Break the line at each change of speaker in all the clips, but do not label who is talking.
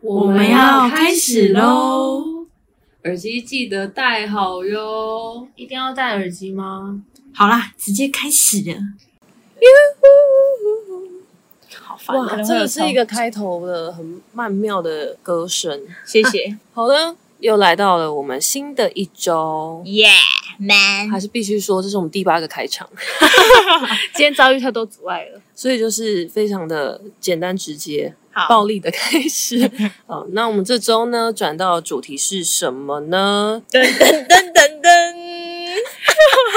我们要开始喽！
耳机记得戴好哟。
一定要戴耳机吗？
好啦，直接开始了。好烦
哇，
啊！
这个是一个开头的很曼妙的歌声。
谢谢。
好的，又来到了我们新的一周，
Yeah man，
还是必须说这是我们第八个开场，
今天遭遇太多阻碍了。
所以就是非常的简单直接、
好，
暴力的开 始。好，那我们这周呢，转到的主题是什么呢？
噔噔噔噔噔，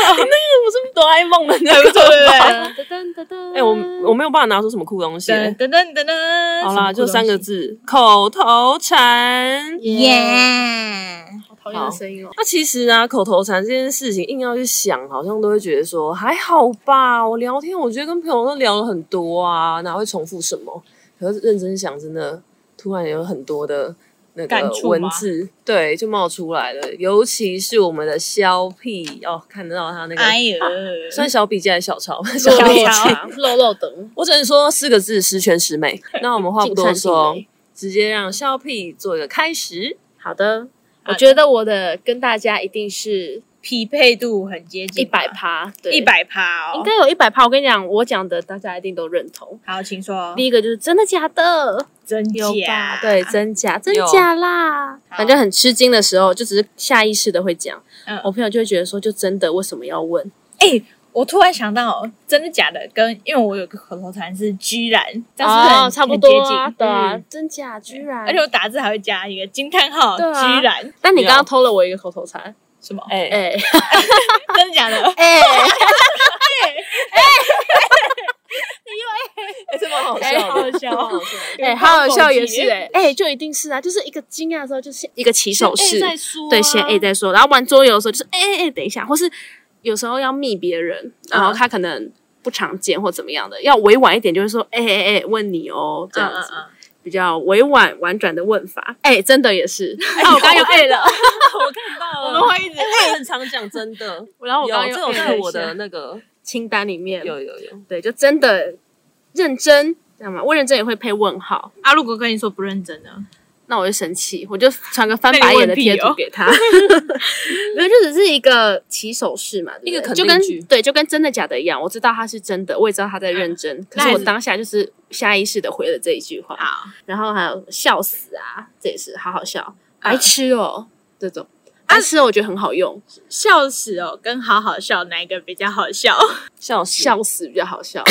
我是哆啦 A 梦的那
对不
个。
对？
噔噔噔噔
哎、我我没有办法拿出什么酷东西。
噔噔噔噔噔，
好啦，就三个字：口头禅。
yeah，
好讨厌的声音哦。
那其实啊，口头禅这件事情硬要去想，好像都会觉得说还好吧。我聊天，我觉得跟朋友都聊了很多啊，哪会重复什么？可是认真想，真的突然有很多的那
感
个
触吗
文字，对，就冒出来了。尤其是我们的肖屁哦，看得到他那个、
哎
呦，
算小笔记还是小抄？ 小
哎小
笔记。
肠肉肉等，
我只能说四个字：十全十美。那我们话不多说
尽善尽，
直接让肖屁做一个开始。
好的，我觉得我的跟大家一定是
匹配度很接近
一
吧，
百趴，对，
一。百趴哦。
应该有一百趴，我跟你讲，我讲的大家一定都认同。
好，请说。
第一个就是真的假的，
真
有
假
吧？对，真假，真
有
假啦。
好
反正很吃惊的时候，就只是下意识的会讲。
嗯
我朋友就会觉得说，就真的为什么要问？
哎我突然想到，真的假的跟因为我有个口头禅是居然，这样是不是很
哦，差不多啊，
很接近
对啊
嗯，
真假居然。
而且我打字还会加一个惊叹号，
对啊
居然
但你刚刚偷了我一个口头禅，
什么？
哎、
哎、
真的假的？
哎，
哎这蛮好笑
哎
的，
好笑
蛮好笑的。
哎，好好笑也是哎、哎，就一定是啊，就是一个惊讶的时候，就是哎一个起手式，
在说、啊，
对，先 A 再说，然后玩桌游的时候就是哎哎哎，等一下，或是有时候要密别人，然后他可能不常见或怎么样的，要委婉一点，就是说哎哎哎，问你哦，这样子、
嗯嗯
比较委婉婉转的问法。哎，真的也 是，啊，我刚刚又 A 了，
嗯
我们会一直
哎
很常讲真的，
然后我刚刚
有
又
这种
A 了
在
一
我的
下
那个
清单里面
有有有，
对，就真的认真，知道吗？我认真也会配问号，
啊，如果跟你说不认真呢？
那我就生气，我就传个翻白眼的贴
哦
图 给他。 没有，就只是一个起手式嘛，对不对
一个肯
就
定
跟
句
对，就跟真的假的一样。我知道他是真的，我也知道他在认真，可
那
是我
还是
当下就是下意识的回了这一句话。
好，
然后还有笑死啊，这也是好好笑，
啊
白痴哦、这种。白痴哦我觉得很好用，
笑死哦，跟好好笑哪一个比较好笑？
笑死。
笑死比较 好笑，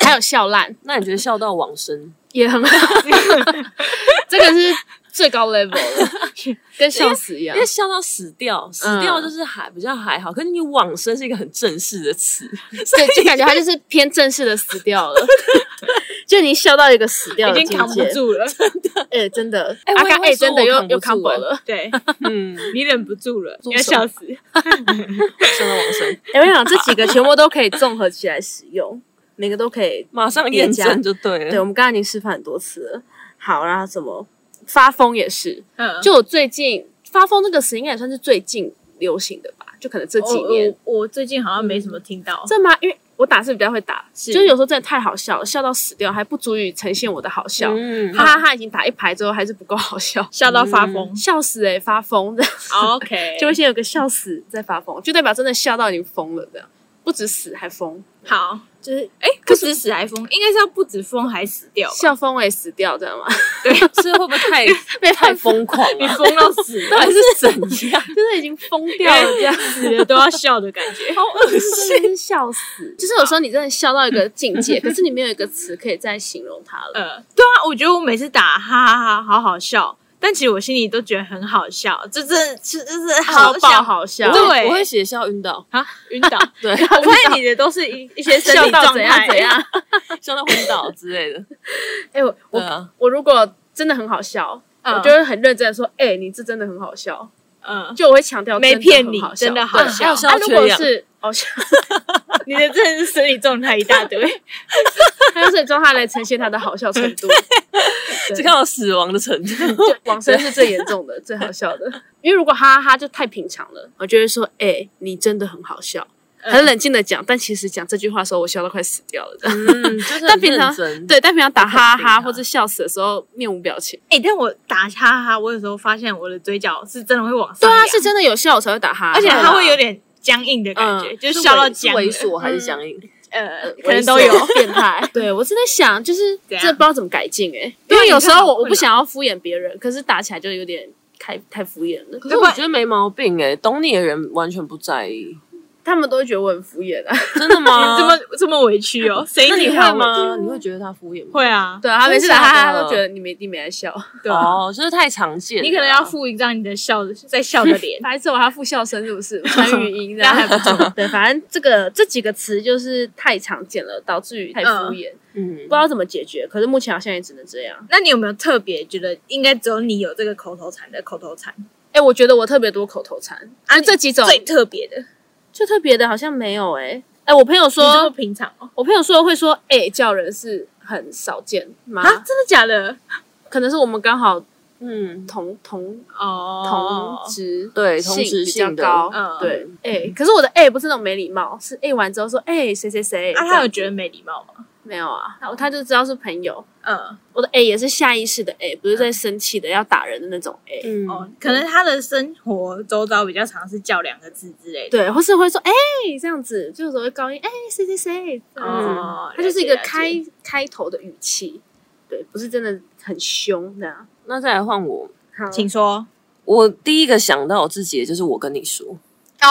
还有笑烂
那你觉得笑到往生？
也很好， 这个是最高 level 了，跟笑死一样
因为。笑到死
嗯
掉，死掉就是还比较还好，可是你往生是一个很正式的词，
对，就感觉他就是偏正式的死掉了， 就你笑到一个死掉
已
的
经
境
扛不
界。
住 了，
哎、真的，
哎
阿
我也
刚
会
哎，
说
真的
我
又
扛不住
又 c o
哎
了。
对
嗯，
你忍不住了，你要
什么
笑死。
笑到往 生，
哎、我想这几个全部都可以综合起来使用，每个都可以。
马上验证就对
对，
了。
我们刚刚已经示范很多次了。好，然后什么发疯也是，
嗯，
就我最近发疯这个词应该也算是最近流行的吧，就可能这
哦
几
我
年。
我我最近好像没什么听到，
这吗？因为我打字比较会打，
是
就是有时候真的太好笑了，笑到死掉，还不足以呈现我的好笑。
嗯，
哈哈哈，已经打一排之后还是不够好笑。
笑到发 疯。哦
笑死哎、欸，发疯 的，
OK，
就会先有个笑死再发疯，就代表真的笑到已经疯了这样，不止死还疯，
好，
就是
哎，不止死还疯，应该是要不止疯还死掉吧？
笑疯我也死掉，知道 吗？
这会不会 太太疯狂了、
疯到 死，
到底是怎样？
就是已经疯 掉了这样，
死了都要笑的感觉。
好恶心，真的是笑死。就是有时候你真的笑到一个境 界，可是你没有一个词可以再形容它了。
呃，对啊，我觉得我每次打哈哈哈，好好笑，但其实我心里都觉得很好笑，这真的是这是
超
好
爆
笑
好笑，
对
我会写笑晕倒，
啊，晕 倒。
对，
我发现你的都是一一些生
笑
理
到
状
怎样
态，
怎样。
笑到昏倒之类的。
哎、我
对
我
啊，
我如果真的很好笑，
嗯
我就会很认真的说，哎、你这真的很好笑，
嗯，
就我会强调
没
真的
骗
很
你
好
真的
笑
好
对
笑
还有笑
啊，
到
如
缺
果
氧，
是哦，笑
你的真的是生理状态一大 堆。
他用这种状态来呈现他的好笑程度，
只看到死亡的程度。
就往生是最严重的、 最好笑的。因为如果哈哈哈就太平常了，我就会说，哎、你真的很好笑。很冷静的讲，但其实讲这句话的时候，我笑到快死掉了。这样
嗯，就是
但
很
平常
认真，
对，但平常打哈
肯定啊
哈或者笑死的时候，面无表情。
哎、但我打哈哈，我有时候发现我的嘴角是真的会往上
对
扬，
啊，是真的有笑我才会打哈哈，
而且它
他
会有点僵硬的感觉，
嗯
就是笑到
猥是
僵了，
猥琐还是僵硬？
呃，
猥琐
可能 都有。
变态。啊对我是在想，就是
怎样
这不知道怎么改进哎、
对
因
啊
为有时
你看
候
好
我我
困
不
扰
想要敷衍别人，可是打起来就有点太太敷衍了。
可是我觉得没毛病哎、懂你的人完全不在意，
他们都会觉得我很敷衍啊。
真的 吗？
这么这么委屈 哦，谁
那你
会
会？吗？你会觉得他敷衍吗？
会啊，
对啊，他每次
真
打
的
哈
假
哈
的
都觉得你没你没在笑，，
对啊，
哦，就是太常见了啊，
你可能要附一张你的笑在笑的脸
白痴，我还要附笑声是不 是？传语音这样
那还不
错。对，反正这个这几个词就是太常见了，导致于太敷衍，
嗯
不知，道怎么解决。可是目前好像也只能这样。
那你有没有特别觉得应该只有你有这个口头禅的口头 禅？
哎、我觉得我特别多口头禅，啊，这几种
最特别的，
最特别的好像没有哎、欸。哎、我朋友
你这么
说，
平常哦？
我朋友说会说，哎、叫人是很少见吗？
啊，真的假的？
可能是我们刚好
嗯，
同同
哦
同职、
对同职
比较
性的
高，
嗯
对，哎、可是我的哎、可是我的欸不是那种没礼貌，是哎、完之后说哎、谁谁谁，
啊，
这样
他有觉得没礼貌吗？
没有啊？他他就知道是朋友，
嗯，
我的哎、也是下意识的哎、不是在生气的要打人的那种哎、
嗯，
哦，可能他的生活周遭比较常是叫两个字之类的。
对，或是会说哎、这样子，就有时候会高音哎、谁谁谁，这样子，
哦，
它就是一个
了解
开
了解
开头的语气，对，不是真的很凶这样。
那再来换我，
好
请说。
我第一个想到我自己的就是我跟你说，
哦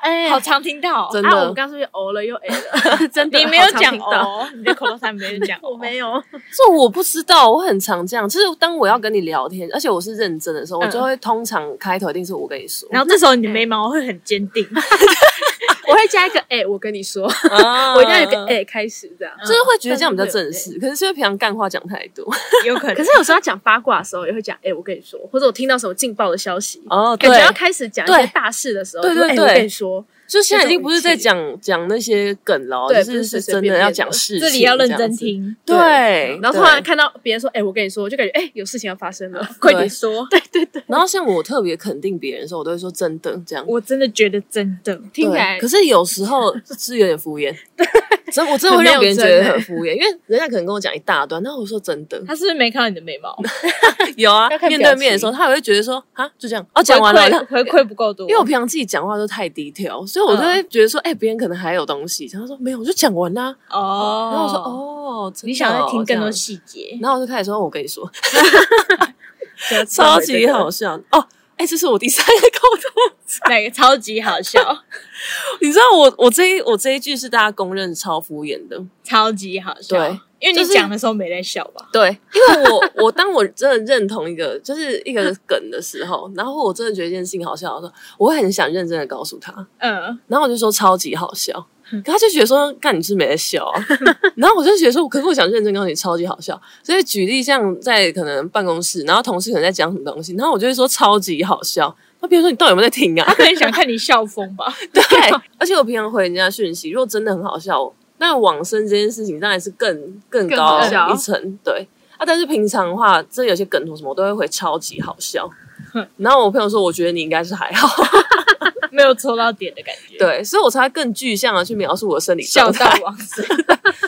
哎，
好常听到哦，
真
啊，我们
的，
刚刚是不是哦了又哎了？真的，
你没有
好常
讲
听到，
哦，你的口头禅没有讲哦，
我没有。
这我不知道，我很常这样，就是当我要跟你聊天，而且我是认真的时候，我就会通常开头一定是我跟你说，
然后这时候你的眉毛会很坚 定，
我会加一个哎、我跟你说，
啊
我一定要有个哎、开始这样。
就是会觉得这样比较正式，可是是因为平常干话讲太 多，
有可能。
可是有时候讲八卦的时候，也会讲哎、我跟你说，或者我听到什么劲爆的消息，
哦，
感
对
觉，要开始讲一些
对
大事的时候，
对
就
对
哎
对
我跟你说，
就现在已经不是在讲讲那些梗了哦，
对
就是
不是随
是
随
真
便
的
便
要
的
讲事情，
这里要认
这
真
样子，
听，
对，
然后突然
对
看到别人说哎、我跟你说，我就感觉哎、有事情要发生 了。
快点说。对，
然后像我特别肯定别人的时候，我都会说真的这样。
我真的觉得真的，
听起来
对可是有时候是有点敷 衍，真我真的会让别人觉得
欸
很敷衍，因为人家可能跟我讲一大段，那我说真 的
他是不是没看到你的眉毛？
有啊
要，看表
面
情
对面的时候，他也会觉得说啊就这样， 哦讲完
回
了
馈。回馈不够多，
因为我平常自己讲话都太低调，所以我就
嗯
会觉得说，哎、别人可能还有东西，然后说没有，我就讲完啦、
哦，
然后我说，，哦，真的
你想
哦
要听更
这
多
样
细节，
然后我就开始说，我跟你 说，超级好笑哦！哎、这是我第三个沟 通。
哪个超级好 笑，
你知道我我这一我这一句是大家公认超敷衍的，
超级好笑。
对，
因为
就
你
是
讲的时候没在笑吧？
对，因为我我当我真的认同一个就是一个梗的时候，然后我真的觉得一件事情好笑的时候，我会很想认真的告诉他，
嗯，
然后我就说超级好笑，可他就觉得说干你是没在笑啊，然后我就觉得说，可是我想认真告诉你超级好笑，所以举例像在可能办公室，然后同事可能在讲什么东西，然后我就会说超级好笑，那别人说你到底有没有在听啊
他？可能想看你笑疯吧？
对，而且我平常回人家讯息，如果真的很好笑，那往生这件事情当然是更更
更
高
好笑
一层，对啊。但是平常的话，真的有些梗图什么，我都会回超级好笑。然后我朋友说，我觉得你应该是还好，
没有戳到点的感觉，，
对，所以我才会更具象的去描述我的生理
笑
状
到
态，
王子。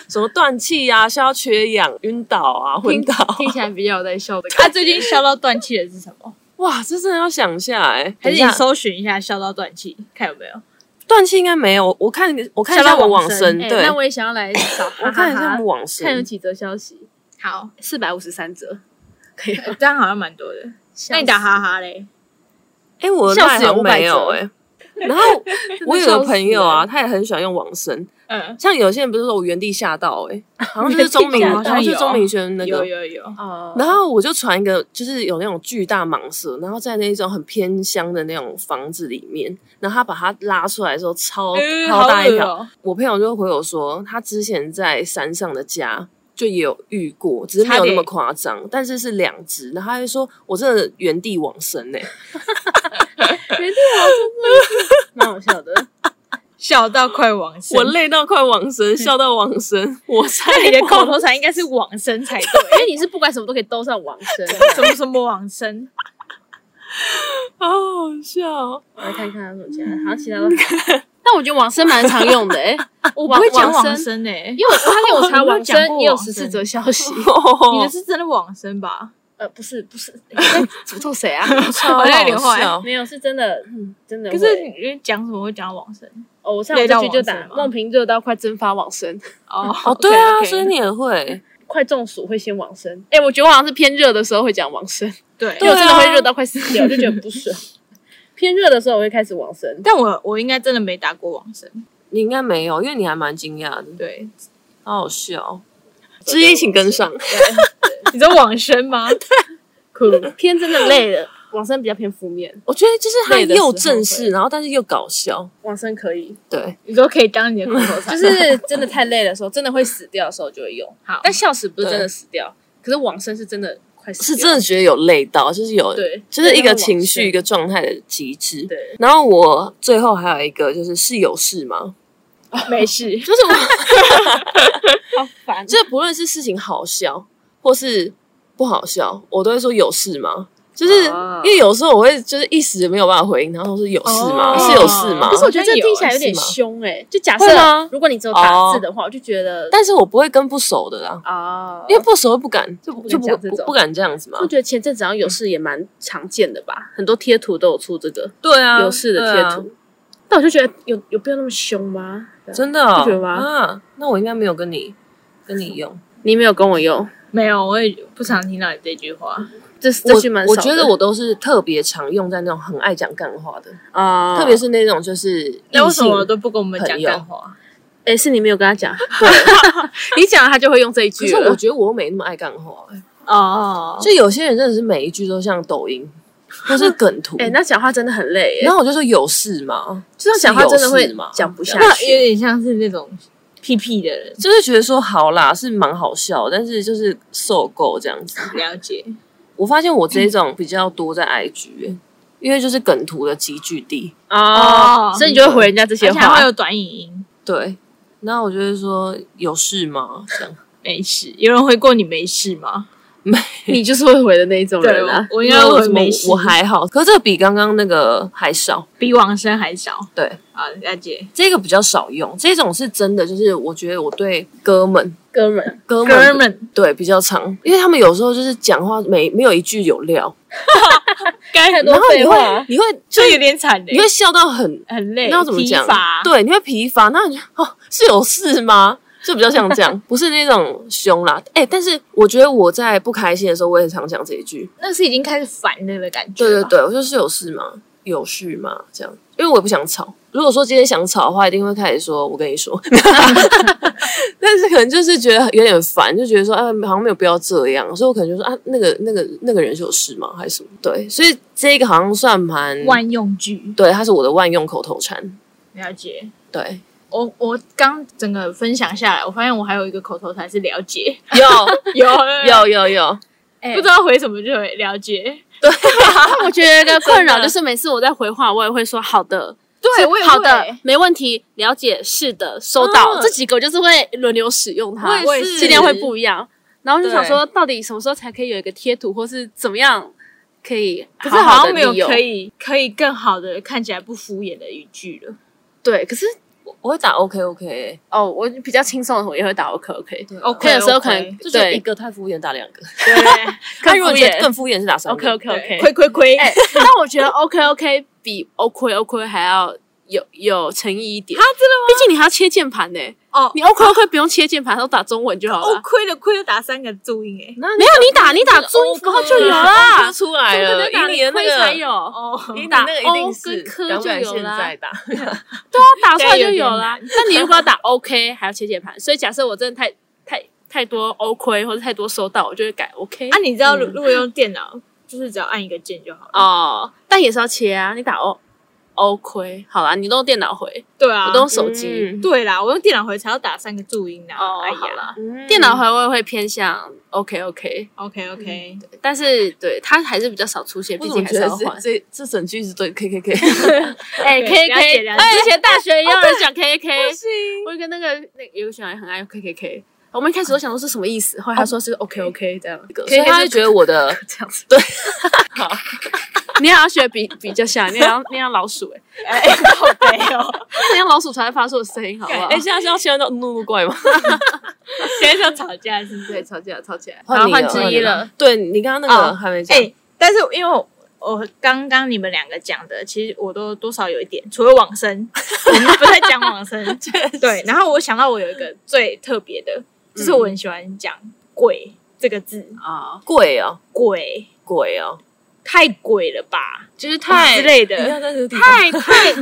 什么断气啊、消缺氧、晕倒啊、昏倒啊。
听起来比较有在笑的
他
感觉。
最近笑到断气的是什么？
哇，这真的要想一下哎、欸，
还
等一
是你
下
搜寻一下笑到断气，看有没有？
断气应该没有，我看我看一
笑
下
到
我
往
往
生
生，
哎
对，
那
我
我也想要来找，我
看一下我往
看有
生，
几则消息，
好，
四百五十三则，可以吗。
这样好像蛮多的。那你打哈哈嘞？
哎、我的
笑
赖
死有
好像
500
没有
折
哎、然后我有
笑
个
死
朋友
欸
啊，他也很喜欢用往生，
嗯，
像有些人不是说我原地吓到哎、好像就是钟明，
原地吓到
好像是
有
钟明轩那
有
个。
有有，
哦
然后我就传一个，就是有那种巨大蟒蛇，然后在那种很偏乡的那种房子里面，然后他把它拉出来的时候，超
嗯
超大一
好
条。
恶哦
我朋友就回我说，他之前在山上的家就也有遇过，只是没
差
有那
点
么夸张，但是是两只。然后他就说，我真的原地往生哎、
原地往生真的是蛮好 笑的。
笑到快往生。
我累到快往生，笑到往生，我才
那你的口
往
头禅应该是往生才对，
因为你是不管什么都可以兜上往生。啊
什么什么往生，
好好笑哦。哦
我来看看他什么其他，好像其他都还好但我觉得网生蛮常用的 哎、
我不会讲
往
往
生
生欸诶，
因为我发现我查
我没有
网
讲过
生也有
往
十
生
四则消息。
你的
哦，
是真的往生吧？
嗯呃，不是不是，你在诅咒谁啊？
超
我在流
好
汗
笑。
没有，是真的，嗯，真的
可
会。
是你讲什么会讲往生？
哦，我上
累
次
到
去就
往
打
生吗
梦平热到快蒸发往生，
哦
哦，对啊
OK，OK
所以你也会。
快中暑会先往生。 啊哎，我觉得我好像是偏热的时候会讲往生，
对
因为我真的会热到快死掉，就觉得不爽。偏热的时候我会开始往生，
但我我应该真的没打过往生，
你应该没有，因为你还蛮惊讶的，
对，
好好笑。哦知音请跟上，
你知道往生吗？
苦偏真的累了，往生比较偏负面，
我觉得就是它
累的时候
又正式，然后但是又搞笑，
往生可 以，
对，
你都可以当你的口头禅，
就是真的太累的时候，真的会死掉的时候就会用。
好
但笑死不是真的死掉，可是往生是真的快死
是
掉，
真的觉得有累到，就是有，
对，
就是一个
真的会往
情绪
生
一个状态的极致。
对，
然后我最后还有一个就是是有事吗？
没事，
就是我
好烦
就是不论是事情好笑或是不好笑，我都会说有事吗？就是、
啊
因为有时候我会就是一时没有办法回应，然后说有事吗？
哦
是有事吗
可？是我觉
好像
得这
有
听起来有点
是吗
凶哎、就假设
会吗
如果你只有打字的话，我就觉得
但是我不会跟不熟的啦，
啊，
因为不熟会不敢，就
不
就不
敢讲这种
不不敢这样子嘛
我。觉得前阵子好像有事也蛮常见的吧，很多贴图都有出这个
对啊，
有事的
对
贴
啊
图。但我就觉得有有必要那么凶吗？
真的哦
不觉得吗
啊，那我应该没有跟你跟你用，
你没有跟我用，
没有，我也不常听到你这句话。
这
我
这句蛮
我
少的
觉得我都是特别常用在那种很爱讲干话的，
啊，
特别是那种就是
嗯那为
异
什
性
么都不跟我们讲
朋友
干话？
哎、是你没有跟他 讲，你讲了他就会用这一
可
句
是
了。
我觉得我又没那么爱干话、欸
哦
就有些人真的是每一句都像 抖音或是梗图。
哎、那讲话真的很累、欸，
然后我就说有事吗？
这样讲话真的
是有
会
事吗
讲不下
那有
去。
点像是那种屁屁的人，
就是觉得说好啦，是蛮好笑，但是就是受够这样子。
了 解。
我发现我这一种比较多在 IG，、欸因为就是梗图的集聚地。
哦
所以你就会回人家这些
而且还
话
会。有短影音，
对，然后我就会说有事吗？这样
没事。有人回过你没事吗？
你就是会回的那一种
对，
人
我
啊。
我应该
我
回没事。
我还好，可是这个比刚刚那个还少。
比往生还少
对，
啊，了解。
这个比较少用，这种是真的，就是我觉得我对哥们
哥们，
哥们
哥们，
对，比较长，因为他们有时候就是讲话没没有一句有料，
该很
然后你
废话
会你会
就有点惨嘞
你，会笑到很，
很累，
那要怎么讲
疲乏？，
对，你会疲乏，那你就哦是有事吗？就比较像这样，不是那种凶啦。哎、但是我觉得我在不开心的时候，我也很常讲这一句。
那是已经开始烦了的感觉。
对对，对，我就是有事吗？有事吗？这样，因为我也不想吵。如果说今天想吵的话，一定会开始说，我跟你 说。但是可能就是觉得有点烦，就觉得说，哎，好像没有必要这样，所以我可能就说啊，那个那个那个人是有事吗？还是什么？对，所以这个好像算蛮，
万用句，
对，它是我的万用口头禅。
了解。
对，
我我刚整个分享下来，我发现我还有一个口头禅是了解，
有
有
有有有，
不知道回什么就会了解。
我觉得一个困扰就是每次我在回话，我也会说好的，
对，我也
好
欸
的，没问题，了解，是的，收到。
嗯
这几个我就是会轮流使用它，
我也是
尽量会不一样。然后就想说，到底什么时候才可以有一个贴图，或是怎么样可以
可
好
是好
的
像没有
利用
可以可以更好的看起来不敷衍的语句了。
对，可是
我我会打 OK OK，欸
哦，我比较轻松的，我也会打 OK OK。
对
OK，
可有时候
OK，
可能
就觉得一
对
个太敷衍，打两个。
对
那如果
敷
你觉得
衍
更敷衍是打三个。
OK
对
OK OK，
亏亏亏，啊
哎， 但我觉得 OK OK 比 OK OK 还要有有诚意一点。啊，真的吗？毕竟你还要切键盘呢。
哦
你 OK OK 不用切键盘，都打中文就好啊
哦
了。
亏了亏了打三个注音哎。
那
没有，你打你哦打中
中，
然后就有啦
就。出
哎
来了，以你的那
亏才
个，
有，
哦，
以你
打
那个一定
O
是
跟科
敢不敢
就有
现
啦
在打？
它啊打出来就有
现在
啦。那你如果要打 OK，还要切键盘，所以假设我真的太太太多 OK 或者太多收到，我就会改 OK
啊，。你知道如如果用电脑，就是只要按一个键就好了。
嗯哦，但也是要切啊，你打 O OK 好啦，你都用电脑回，
对啊，
我都用手机。
嗯
对啊啦，我用电脑回才要打三个注音啦。
哦
哎
好
呀
啦
嗯
电脑回我也会偏向 OK OK，
，OK OK，
但是对它还是比较少出现，
我
毕
怎
竟
么
还
觉
是
得
要换
这。这这整句是对 K K K？
哎
对
，K
了解
K，
了解哦
哎，之前大学也有人讲 K K，我有一个那个那有个小孩很爱用 K K K，我们一开始都想说是什么意思，后来他说是 OK OK 这样，
所以他就觉得我的
这样子，
对，
你也要学比比较像，你也要你也要老鼠哎、
哎，好悲 哦，
那像老鼠才会发出的声音，好不好？
哎，现在是要切换到怒怒怪吗？
现在要吵架是不是？
对，吵起来，吵起来。
换
好
你
换之一了。
对你刚刚那个
哦
还没讲，
哎，但是因为我。我刚刚你们两个讲的，其实我都多少有一点，除了往 生，我们不太讲往生。对，然后我想到我有一个最特别的，就是我很喜欢讲“鬼”这个字，
啊、
贵啊
鬼
贵啊，
太鬼了吧
就是太
哦之类
你
的，
要在这个地方
太太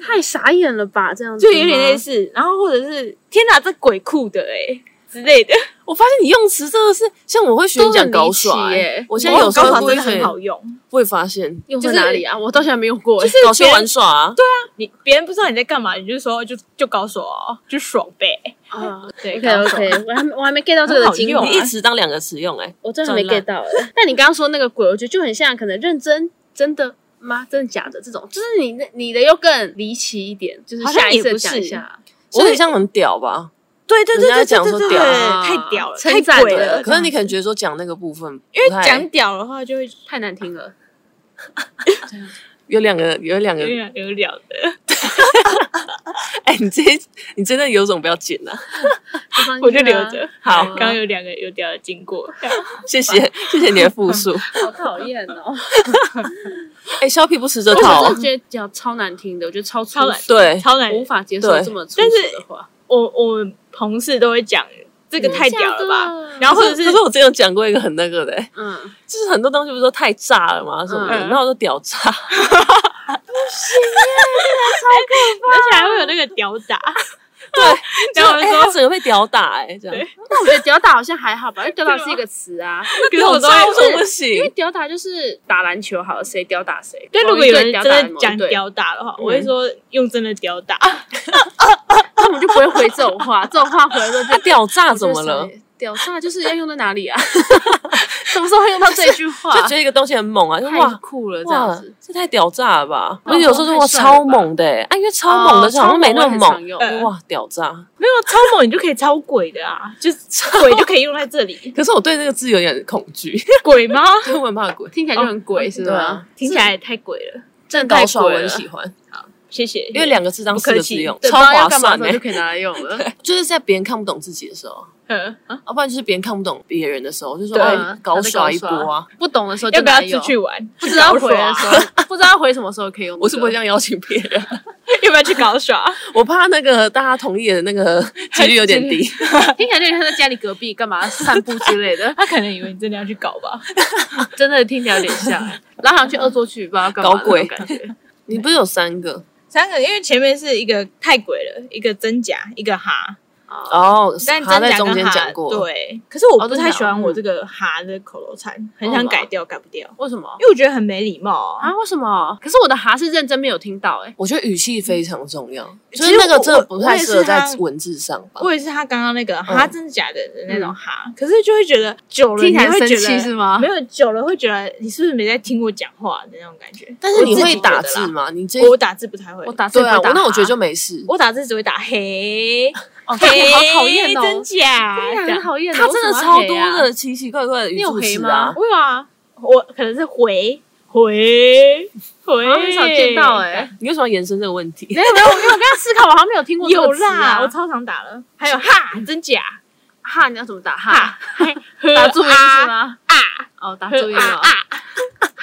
太傻眼了吧？这样子
就有点类
似。
似，然后或者是天哪，这鬼酷的哎、之类的，
我发现你用词真的是像我会学你讲高
都
耍
很离奇耶
欸，我现在有时候
高潮
会
真的很好用，
会发现，
用在哪里啊？我到现在没用过、欸。
搞笑玩耍啊，
你别人不知道你在干嘛，你就说就就搞爽哦，就爽呗，
啊
对
，OK OK，我还没我还没 get 到这个的精
很好
华
用，
你一直当两个词用哎，
我真的没 get 到哎、但你刚刚说那个鬼，我觉得就很像，可能认真真的吗？真的假的？这种就是你那你的又更离奇一点，就是
好像
下一
也
次
不
讲一
是
下。
我很像很屌吧？
对对对
人家
对
讲
对
说
对对，
屌
啊
太屌了，
称
太
赞
鬼
的
了，
可是你可能觉得说讲那个部分，
因为讲屌的话就会
太难听 了，
有两个有两个
有，点有聊的，
哎，你这你真的有种不要剪啊！
不放进去啊
我就留着。
好
刚刚有两个有屌的经过，
谢谢谢谢你的复述。
好讨厌哦！
哎，削皮不吃这
我
套
真的，觉得讲超难听的，我觉得超粗
超难
俗，
对，
超难
我无法接受
对
这么粗
但
俗
是
的话。
我我同事都会讲这个太屌了吧，
吧
然后或者
可
是
是我之前有讲过一个很那个的，哎
嗯，
就是很多东西不是都太炸了吗？什么的，
嗯
然后我就屌炸，
而且还会有那个屌 打，对，然后我就
哎
说
他，整个被屌打哎，这样
对，
那我觉得屌打好像还好吧，因为屌打是一个词啊，
可是我都
知道
会
为什么不行
因为？屌打就是打篮球好了，谁屌打谁。
对，
某
如果
一
有人
队屌
真
打
的
某一嗯啊
讲
队，
屌打的话，我会说用真的屌打，
他们就不会回这种话，这种话回来之后
他
就
屌炸 怎么了？？
屌炸就是要用在哪里啊？ 什么时候会用到这一句话
就？觉得一个东西很猛啊，就
太
哇
酷了，这样
哇
子。，
这太屌炸了吧！
哇
而且有时候
太
如果
帅了吧
超猛的欸，啊，因为超猛的
哦
就好像没那么
超猛
猛呃
我也很常用，
就哇，屌炸！
没有超猛你就可以超鬼的啊，就是鬼就可以用在这 里，
可是我对那个字有点恐 惧，
鬼吗？
因为我很怕鬼。
听起来就
哦
很鬼，是
对
吗
啊？
听起来也太鬼了，
真的
高
太
爽我
鬼
很
了，
喜欢，
谢谢。
因为两个字当四个字用，
对
超
不知道要
划
干嘛
算欸
的
的
时候就。可以拿来用了。
就是在别人看不懂自己的时候，
嗯啊
要不然就是别人看不懂别人的时候，就说
对
哦搞耍一波
他在搞
啊！
不懂的时候就
要不要
拿来用
出去玩？
不知道
搞
回
耍
的时候，不知道回什么时候可以用这个。
我是不会这样邀请别 人，啊
要不要去搞耍？
我怕那个大家同意的那个几率有点低。
听起来就像在家里隔壁干嘛散步之类的，
他可能以为你真的要去搞吧？
真的听起来有点像。然后想去恶作剧，不知道干嘛的
搞鬼
那种感觉。
你不是有三个
三个，因为前面是一个太鬼了，一个真假，一个哈，
哦？
但
他
真
在
假
中
跟
间
哈
讲过，
对，可是我
哦
不
真的
太
哦
喜欢我这个哈的口头禅，很
哦
想
吗
改掉，改不掉，
为什么
因为我觉得很没礼貌啊。
啊？为什么？可是我的哈是认真没有听到哎。
我觉得语气非常重要，
其实
就是那个
我
真的不太适合
我也
在
是他
文字上吧。
我也是他刚刚那
嗯
个哈，真的假的的那种哈，可是就会觉得久了
听起来
你会
生
觉
气是
得
吗
没？有久了会觉得你是不是没在听我讲话的那种感 觉。
但是你
我自己
会
觉
打
得
字
啦？
吗？你这
我打字不太会，
我打字
对啊，
不打
我
哈
那我觉得就没事。
我打字只会打嘿，
哦，
嘿，
好讨厌哦，
真假？
听起来
这
很
样
讨厌哦。
他真的
为什
超
么要
多
黑啊
的奇奇怪怪的语助词啊
你有黑吗！
我有啊，我可能是回回回，
我很少见到哎。
你为什么要延伸这个问题？
没有没有，因为我刚刚思考，我好像没有听过这
有
个词啊
啦，我超常打了。还有哈，真假
哈，你要怎么打哈
哈？，
打注音是
啊
吗？
啊，
哦，打注音
啊
了。
啊，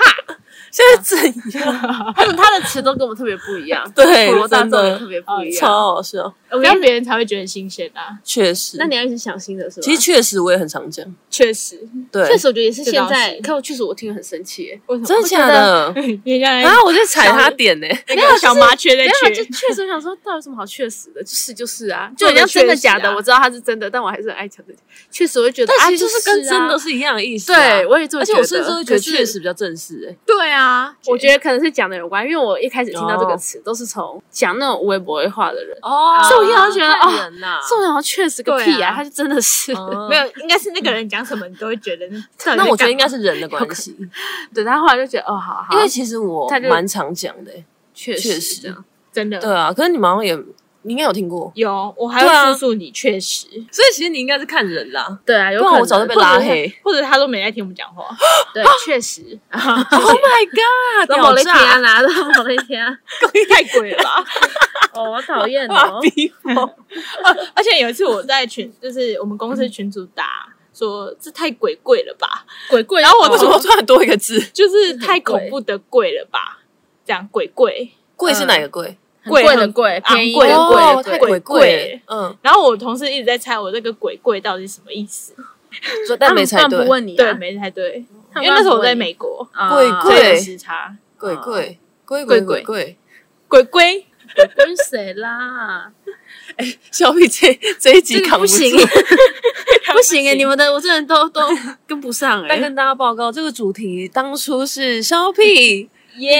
现在怎样？
他们他的词都跟我们特别不一样，
对
口头大
真的哦
众也特别不一样。
超好笑，
这样别人才会觉得很新鲜啊。
啊确实。
那你要一直想新的是吧？
其实确实我也很常讲，
确实，
对，
确实，我觉得也是现
这倒
在
是，
可我确实我听了很生气耶。
为什么？
真的假的？
你现在
然后我就踩他点呢，
那个小麻雀在
哎没有，啊就
去，
确实我想说，到底有什么好确实的？就是就是啊，就
做
人
得
家真的
确实啊
假的，我知道他是真的，但我还是很爱讲这些。确实，我会觉得啊，
但其实
就
就是跟
啊
真的是一样的意思啊。
对，我也这么
而且
觉得。
我甚至会觉得
可是
确实比较正式哎。
对啊，
我觉得可能是讲的有关，因为我一开始听到这个词都是从讲那种微博会话的人，
哦
所以我就觉得哦
人呐，
宋阳确实个
对
屁啊，
啊
他就真的是，
哦
没有，应该是那个人讲什么，你都会觉得 那
那我觉得应该是人的关系，
对他后来就觉得哦，好好，
因为其实我
他就
蛮常讲的欸。
确
确
实
实
这样，
真的
对啊，可是你们好像也你应该有听过，
有，我还
对啊
会叔叔你，确实，
所以其实你应该是看人啦。
对啊，有
不
可
然
能
我早就被拉黑。
或者他都没在听我们讲话。
对，确实。 啊
Oh my god！
那某一天啊，拿到某一天啊，
太贵了吧！
哦，我讨厌
啊
哦，
逼
而且有一次我在群，就是我们公司群主打说这太鬼贵了吧，
鬼哦鬼。
然后我
为什么突然多一个字？
就是太恐怖的贵了吧，这样鬼贵。
贵是哪个贵？
很 贵的贵，
昂
便宜
贵
的
的
贵
哦
的
太
贵，
鬼贵了。嗯，
然后我同事一直在猜我这个鬼贵到底是什么意思，
所以但没猜
他们
对
不。问你啊，
对，没猜对，
他
因
们
为那时候我在
不问你
美国，
啊
贵
所
贵
以有时差。
贵贵贵
贵
贵贵贵。
鬼鬼，
跟谁啦？
小米这这一集
这个
扛
不
住
行， 不行哎！
行欸
你们的我真的都都跟不上
但
哎。
跟大家报告，这个主题当初是肖屁，
耶，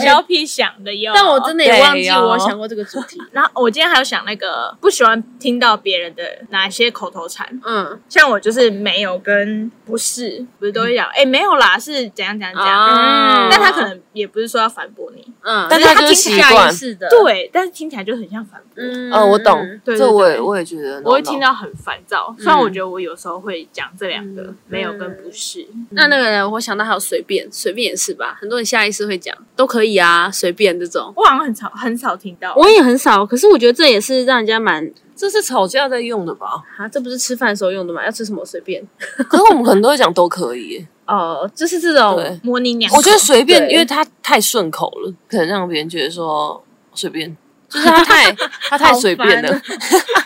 小屁想的哟。
但我真的也忘记
对哦
我想过这个主题。
然后我今天还有想那个不喜欢听到别人的哪些口头禅，
嗯，
像我就是没有跟不是，不是都会讲哎、没有啦，是怎样怎样怎样。嗯
啊
但他可能也不是说要反驳你，
嗯，
但
他
他就是习惯
下意识的，，
对，但是听起来就很像反驳，
嗯
嗯，我懂，
对对
这我也
对
我也觉得，
我会听。到很烦躁。虽然我觉得我有时候会讲这两个、
嗯
没有跟不是，
那那个人，我想到还有随便，随便也是吧，很多人下意识会讲都可以啊，随便这种。
我好像很少很少听到。
我也很少，可是我觉得这也是让人家蛮
这是吵架在用的吧？
啊，这不是吃饭的时候用的嘛？要吃什么随便
可是我们可能都会讲都可以耶。
哦，就是这种
对
模拟两，
我觉得随便，
对
因为他太顺口了，可能让别人觉得说随便，就是他太他太随便了
好，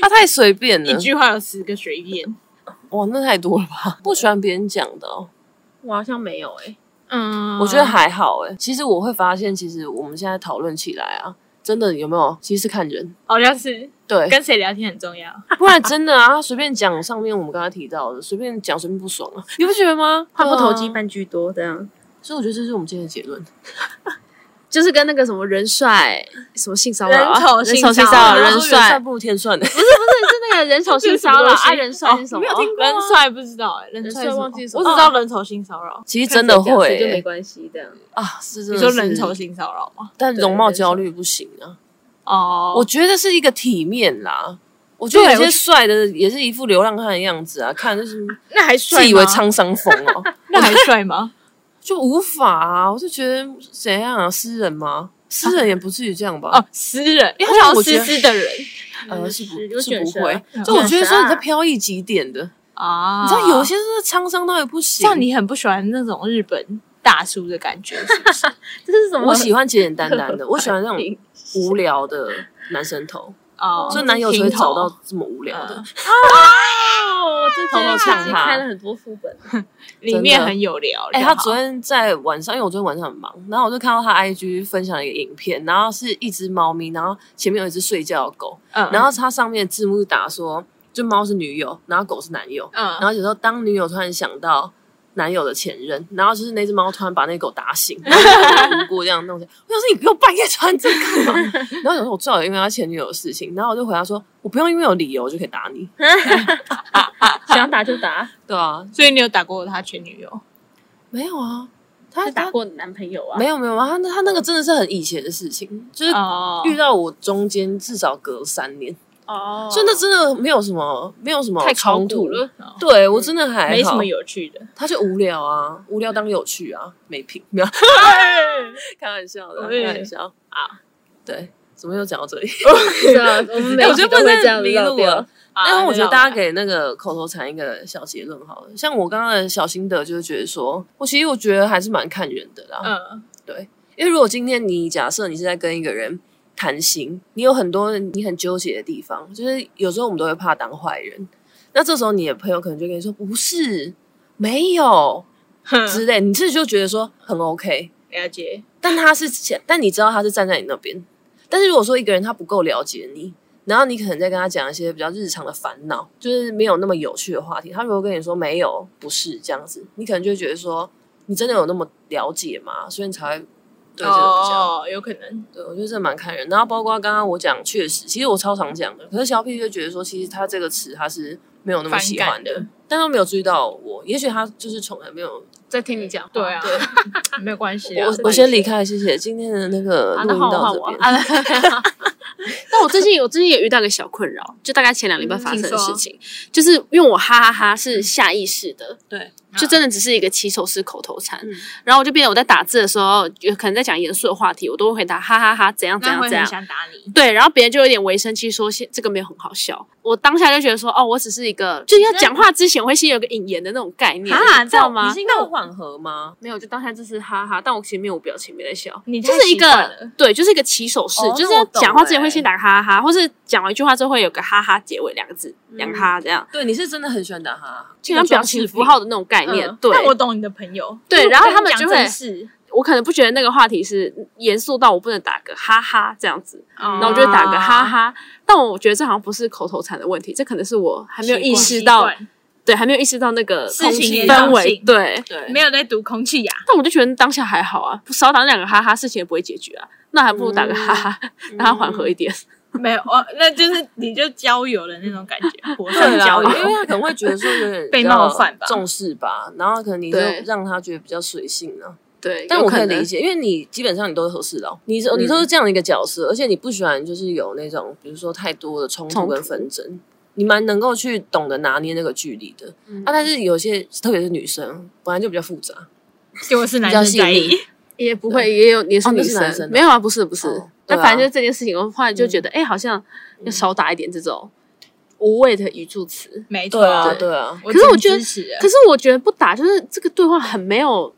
他太随便
一
了。
句话有十个随便。
哇，那太多了吧？不喜欢别人讲的、哦，
我好像没有
啊
哎、
嗯，
我觉得还好哎。其实我会发现，其实我们现在讨论起来啊，真的有没有？其实是看人，
好像是
对，
跟谁聊天很重要。
不然真的啊，他随便讲上面我们刚刚提到的，随便讲随便不爽啊，你不觉得吗？
话不投
对
机
啊
半句多这样，
所以我觉得这是我们今天的结论。
就是跟那个什么人帅什么性骚扰啊、
人丑
人
性
丑性
骚扰
扰，人
人帅
帅
不如天算的，
不是是那个人丑性 骚扰啊，人
哦
帅是什么？
人帅不知道哎、人帅
人帅
是
忘记
什
什
么嗯
么哦
我只知道人丑性骚扰。
其实真的会、
就没
欸、
关系这样。
啊，是真
你
的
说
是
人丑，性骚扰吗？
但
对
容貌
人丑
焦虑不行啊。
哦，
我觉得是一个体面啦。我觉得
对
有些
我
帅的也是一副流浪汉的样子啊，看就是
那还帅吗
自以为沧桑风哦、
那还帅 吗？
就无法啊。我就觉得怎样啊，诗人吗？诗人也不至于这样吧？
哦，诗人，因为
但
他
我
有
觉
诗
得
诗的人
呃，是不，
嗯有
是
卷
不
舌
会
嗯有。嗯
就我觉得
卷舌
说
啊
你在飘逸极点的，
啊
你知道有些真的沧桑到也不行。
像你很不喜欢那种日本大叔的感觉，是 不是
这是什么？
我喜欢简简单单的，我喜欢那 种无聊的男生头，
哦，
所以男友才会
平头
找到这么无聊的
嗯。
哦，这
偷偷
自己
呛他
开了很多副本，
里面很有聊。
哎、
聊
他
好
昨天在晚上，因为我昨天晚上很忙，然后我就看到他 IG 分享了一个影片，然后是一只猫咪，然后前面有一只睡觉的狗，
嗯，
然后它上面的字幕是打说，就猫是女友，然后狗是男友，然
嗯，
后有时候当女友突然想到男友的前任，然后就是那只猫突然把那狗打醒，然后就很无辜这样弄起来。我想说你给我半夜穿这干嘛？ 然后有时候我最好因为他前女友的事情，然后我就回答说我不用因为有理由就可以打你。
想打就打，
对啊，
所以你有打过他前女友？
没有啊，他
就打过男朋友啊。
没有没有啊，他那他那个真的是很以前的事情，就是
哦，
遇到我中间至少隔三年，
哦，
所以那真的没有什么没有什么
太
哦
考古
冲突。
了，
对我真的还好
哦没什么有趣的。
他就无聊啊，无聊当有趣啊，没品，没有开玩笑的啊，
喂
开玩笑啊，对，怎么又讲到 这里？
是啊， 我们每
我
集
觉
都
得不
会这
能
样
迷
绕
路
掉
了。。但
啊
是我觉得
那
大
好
家给那个口头禅一个小结论好了，像我刚刚的小心得就是觉得说，我其实我觉得还是蛮看人的啦，
嗯，
对，因为如果今天你假设你是在跟一个人谈心，你有很多你很纠结的地方，就是有时候我们都会怕当坏人，那这时候你的朋友可能就跟你说不是，没有，之类，你自己就觉得说很 OK，
了解。
但他是，但你知道他是站在你那边。但是如果说一个人他不够了解你，然后你可能在跟他讲一些比较日常的烦恼，就是没有那么有趣的话题，他如果跟你说没有，不是这样子，你可能就会觉得说你真的有那么了解吗？所以你才会对这个比较。
哦，有可能。
对，我觉得这蛮看人。然后包括刚刚我讲，确实，其实我超常讲的，可是小 P 就觉得说，其实他这个词他是没有那么喜欢
反感
的，但他没有注意到我，也许他就是从来没有
在听你讲话，
对啊， 没有关系啊。
我我先离开，谢谢。今天的那个
啊，
录
那
音
换我
到
换
这
我
边，
啊，但我最近有最近也遇到一个小困扰，就大概前两礼拜发生的
请说
事情，就是因为我哈哈哈是下意识的，
对，
啊
就真的只是一个起手式口头禅，
嗯
然后我就变得我在打字的时候，有可能在讲严肃的话题，我都会回答哈哈哈怎样怎
那
样
会
怎
很
样，
想打你。
对，然后别人就有点微生气说现这个没有很好笑，我当下就觉得说哦，我只是一个就是要讲话之前我会先有个引言的那种概念，
啊
你知道吗
你？是应该缓和吗？
没有，就当下就是哈哈，但我其实没有表情，没在笑。
你
就
太
是一
习惯
个
了
对，就是一个起手式，
哦
就是
那
要
我懂
讲话之
欸
前会先打哈哈，或是讲完一句话之后会有个哈哈结尾两个字，
嗯
两个哈这样，
对，你是真的很喜欢打哈，
就像表情符号的那种概念
嗯。
对，
但我懂你的朋友，
对
就是
然后
跟
他们
讲
就会
正事
我可能不觉得那个话题是严肃到我不能打个哈哈这样子，
然
然后我就会打个哈
哦
哈。但我觉得这好像不是口头禅的问题，这可能是我还没有意识到，对，还没有意识到那个
事情
空气
严
氛
重
围。
性
对，
对，
没有在读空气呀、啊
但我就觉得当下还好啊，少打那两个哈哈，事情也不会解决啊。那还不如打个哈哈，
嗯
让它缓和一点。
没有哦，那就是你就交友的那种感
啊
觉，火上
对
浇
啦，因
油
为。他可能会觉得说有点
被冒犯吧
重视吧，然后可能你就
对
让他觉得比较随性啊。
对，
但
有
我可以
能
理解，因为你基本上你都是合适的哦、你是你都是这样的一个角色，而且你不喜欢就是有那种比如说太多的冲突
冲
跟
突
纷争，你蛮能够去懂得拿捏那个距离的、啊。但是有些特别是女生本来就比较复杂，
结果是男
比较
生
细
在
腻
意，，
也不会，也有也是
哦
女
那是
生，
男生啊
没有啊，不是不是
哦，
那、
对啊嗯
反正就是这件事情，我后来就觉得，哎、好像要少打一点这种无谓的语助词。
没错
对啊
啊。
对啊。
可
可是我觉得
支持了
可是我觉得不打，就是这个对话很没有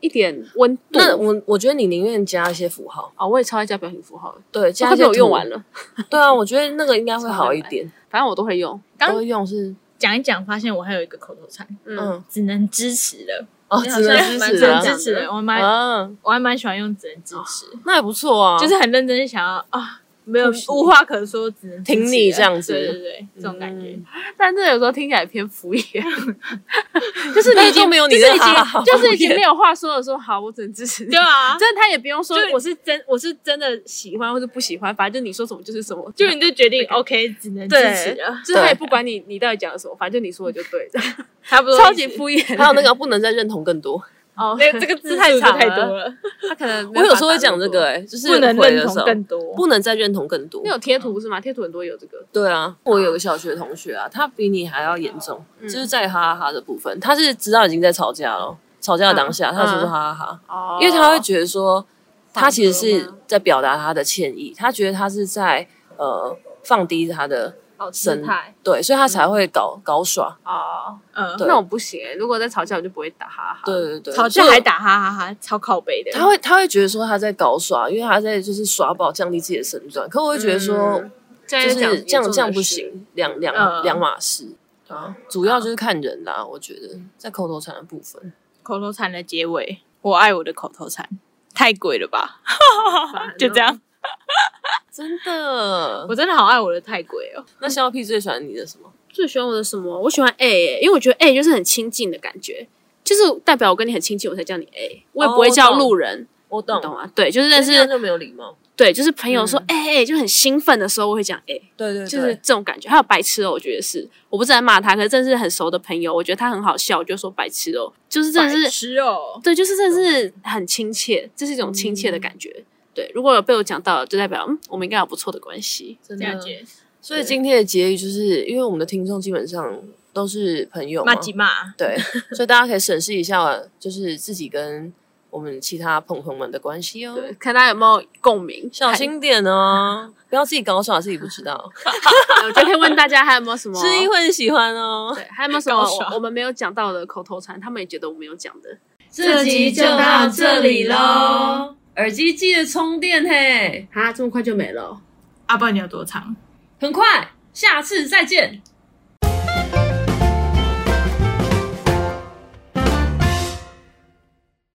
一点温度。
那我我觉得你宁愿加一些符号，
哦，我也超爱加表情符号的，
对，
这
加
快
一些
被我用
图
完。了，
对啊，我觉得那个应该会好一点。
反正我都会用。
刚
都用是
讲一讲，发现我还有一个口头禅，
嗯，
嗯
只能支持了，
哦，
你
只
好
能
像
支
蛮
持
只
正
能
啊
经
支持了。我还蛮、
啊，
我还蛮喜欢用只能支持，
那也不错啊，
就是很认真想要啊，没有无话可说，只能支持了啊
挺你这样子
对对对，这种感觉
嗯。
但这有时候听起来偏敷 衍，
就是你已经 没有你
就
的
是已经
哈哈
就是已经没有话说了，说好，我只能支持你
对。
嗯
啊，
真的，他也不用说
就
我是真我是真的喜欢或者不喜欢，反正就你说什么就是什么，
就你就决定 OK，只能支持了，
就是他也
对
不管你你到底讲了什么，反正你说的就 对，
差不多意思。
超级敷衍。
还有那个不能再认同更多。
哦，
那这个字
太
数
长
太
了
多了，
他可能
我有时候会讲这个、
哎，
哎，就是
不能
回的
认同
时候
更多。
不能再认同更多
那。有贴图是吗？贴图很多有这个，
对啊，我有个小学同学啊，他比你还要严重，就是在哈哈哈的部分，他是知道已经在吵架了，吵架的当下，他说说哈哈哈，
哦
因为他会觉得说，他其实是
放歌
在表达他的歉意，他觉得他是在呃放低他的
好哦姿
神
态，
对，所以他才会搞搞耍。
哦。
嗯，
对
那我不行欸，如果在吵架我就不会打哈哈。
对，对对，
吵架
所以
还打哈哈哈，超靠背的。
他会他会觉得说他在搞耍，因为他在就是耍宝降低自己的身段。可我会觉得说，
现在
就
在讲
是这样
严重的
这样不
事，
行，两两、
嗯
两码事啊。主要就是看人啦，我觉得在口头禅的部分，
口头禅的结尾，我爱我的口头禅，太鬼了吧？
烦
嗯
哦
就这。样，
真的
我。真的好爱我的太鬼哦。
那肖 P 最喜欢你的什么？
最喜欢我的什么？我喜欢 A，欸因为我觉得 A 就是很亲近的感觉，就是代表我跟你很亲近，我才叫你 A，我也不会
哦
叫
我懂
路人，
我
你
懂
懂啊吗？对，就是但
但
是
就没有礼貌。
对，就是朋友说哎哎，欸就很兴奋的时候，我会讲 A。
对对对，
就是这种感觉。还有白痴哦，我觉得是，我不是在骂他，可是真的是很熟的朋友，我觉得他很好笑，我就说白痴哦，就是真的
白
是，
痴哦，
对，就是真的是很亲切，这是一种亲切的感觉。对，如果有被我讲到，就代表嗯，我们应该有不错的关系。
真
这样解
所以今天的结语就是，因为我们的听众基本上都是朋友嘛
骂，几骂，
对，所以大家可以审视一下，就是自己跟我们其他朋友们的关系哦。
对，看大家有没有共鸣，
小心点哦，不要自己搞耍，自己不知道。
看。我就可以问大家还有没 有什么？
知音会很喜欢哦
对，。还有没有什么
高手
我我们没有讲到的口头禅，他们也觉得我们有讲的。
这集就到这里喽，耳机记得充电嘿，
啊，这么快就没了哦、
阿爸你有多长？
很快，下次再见，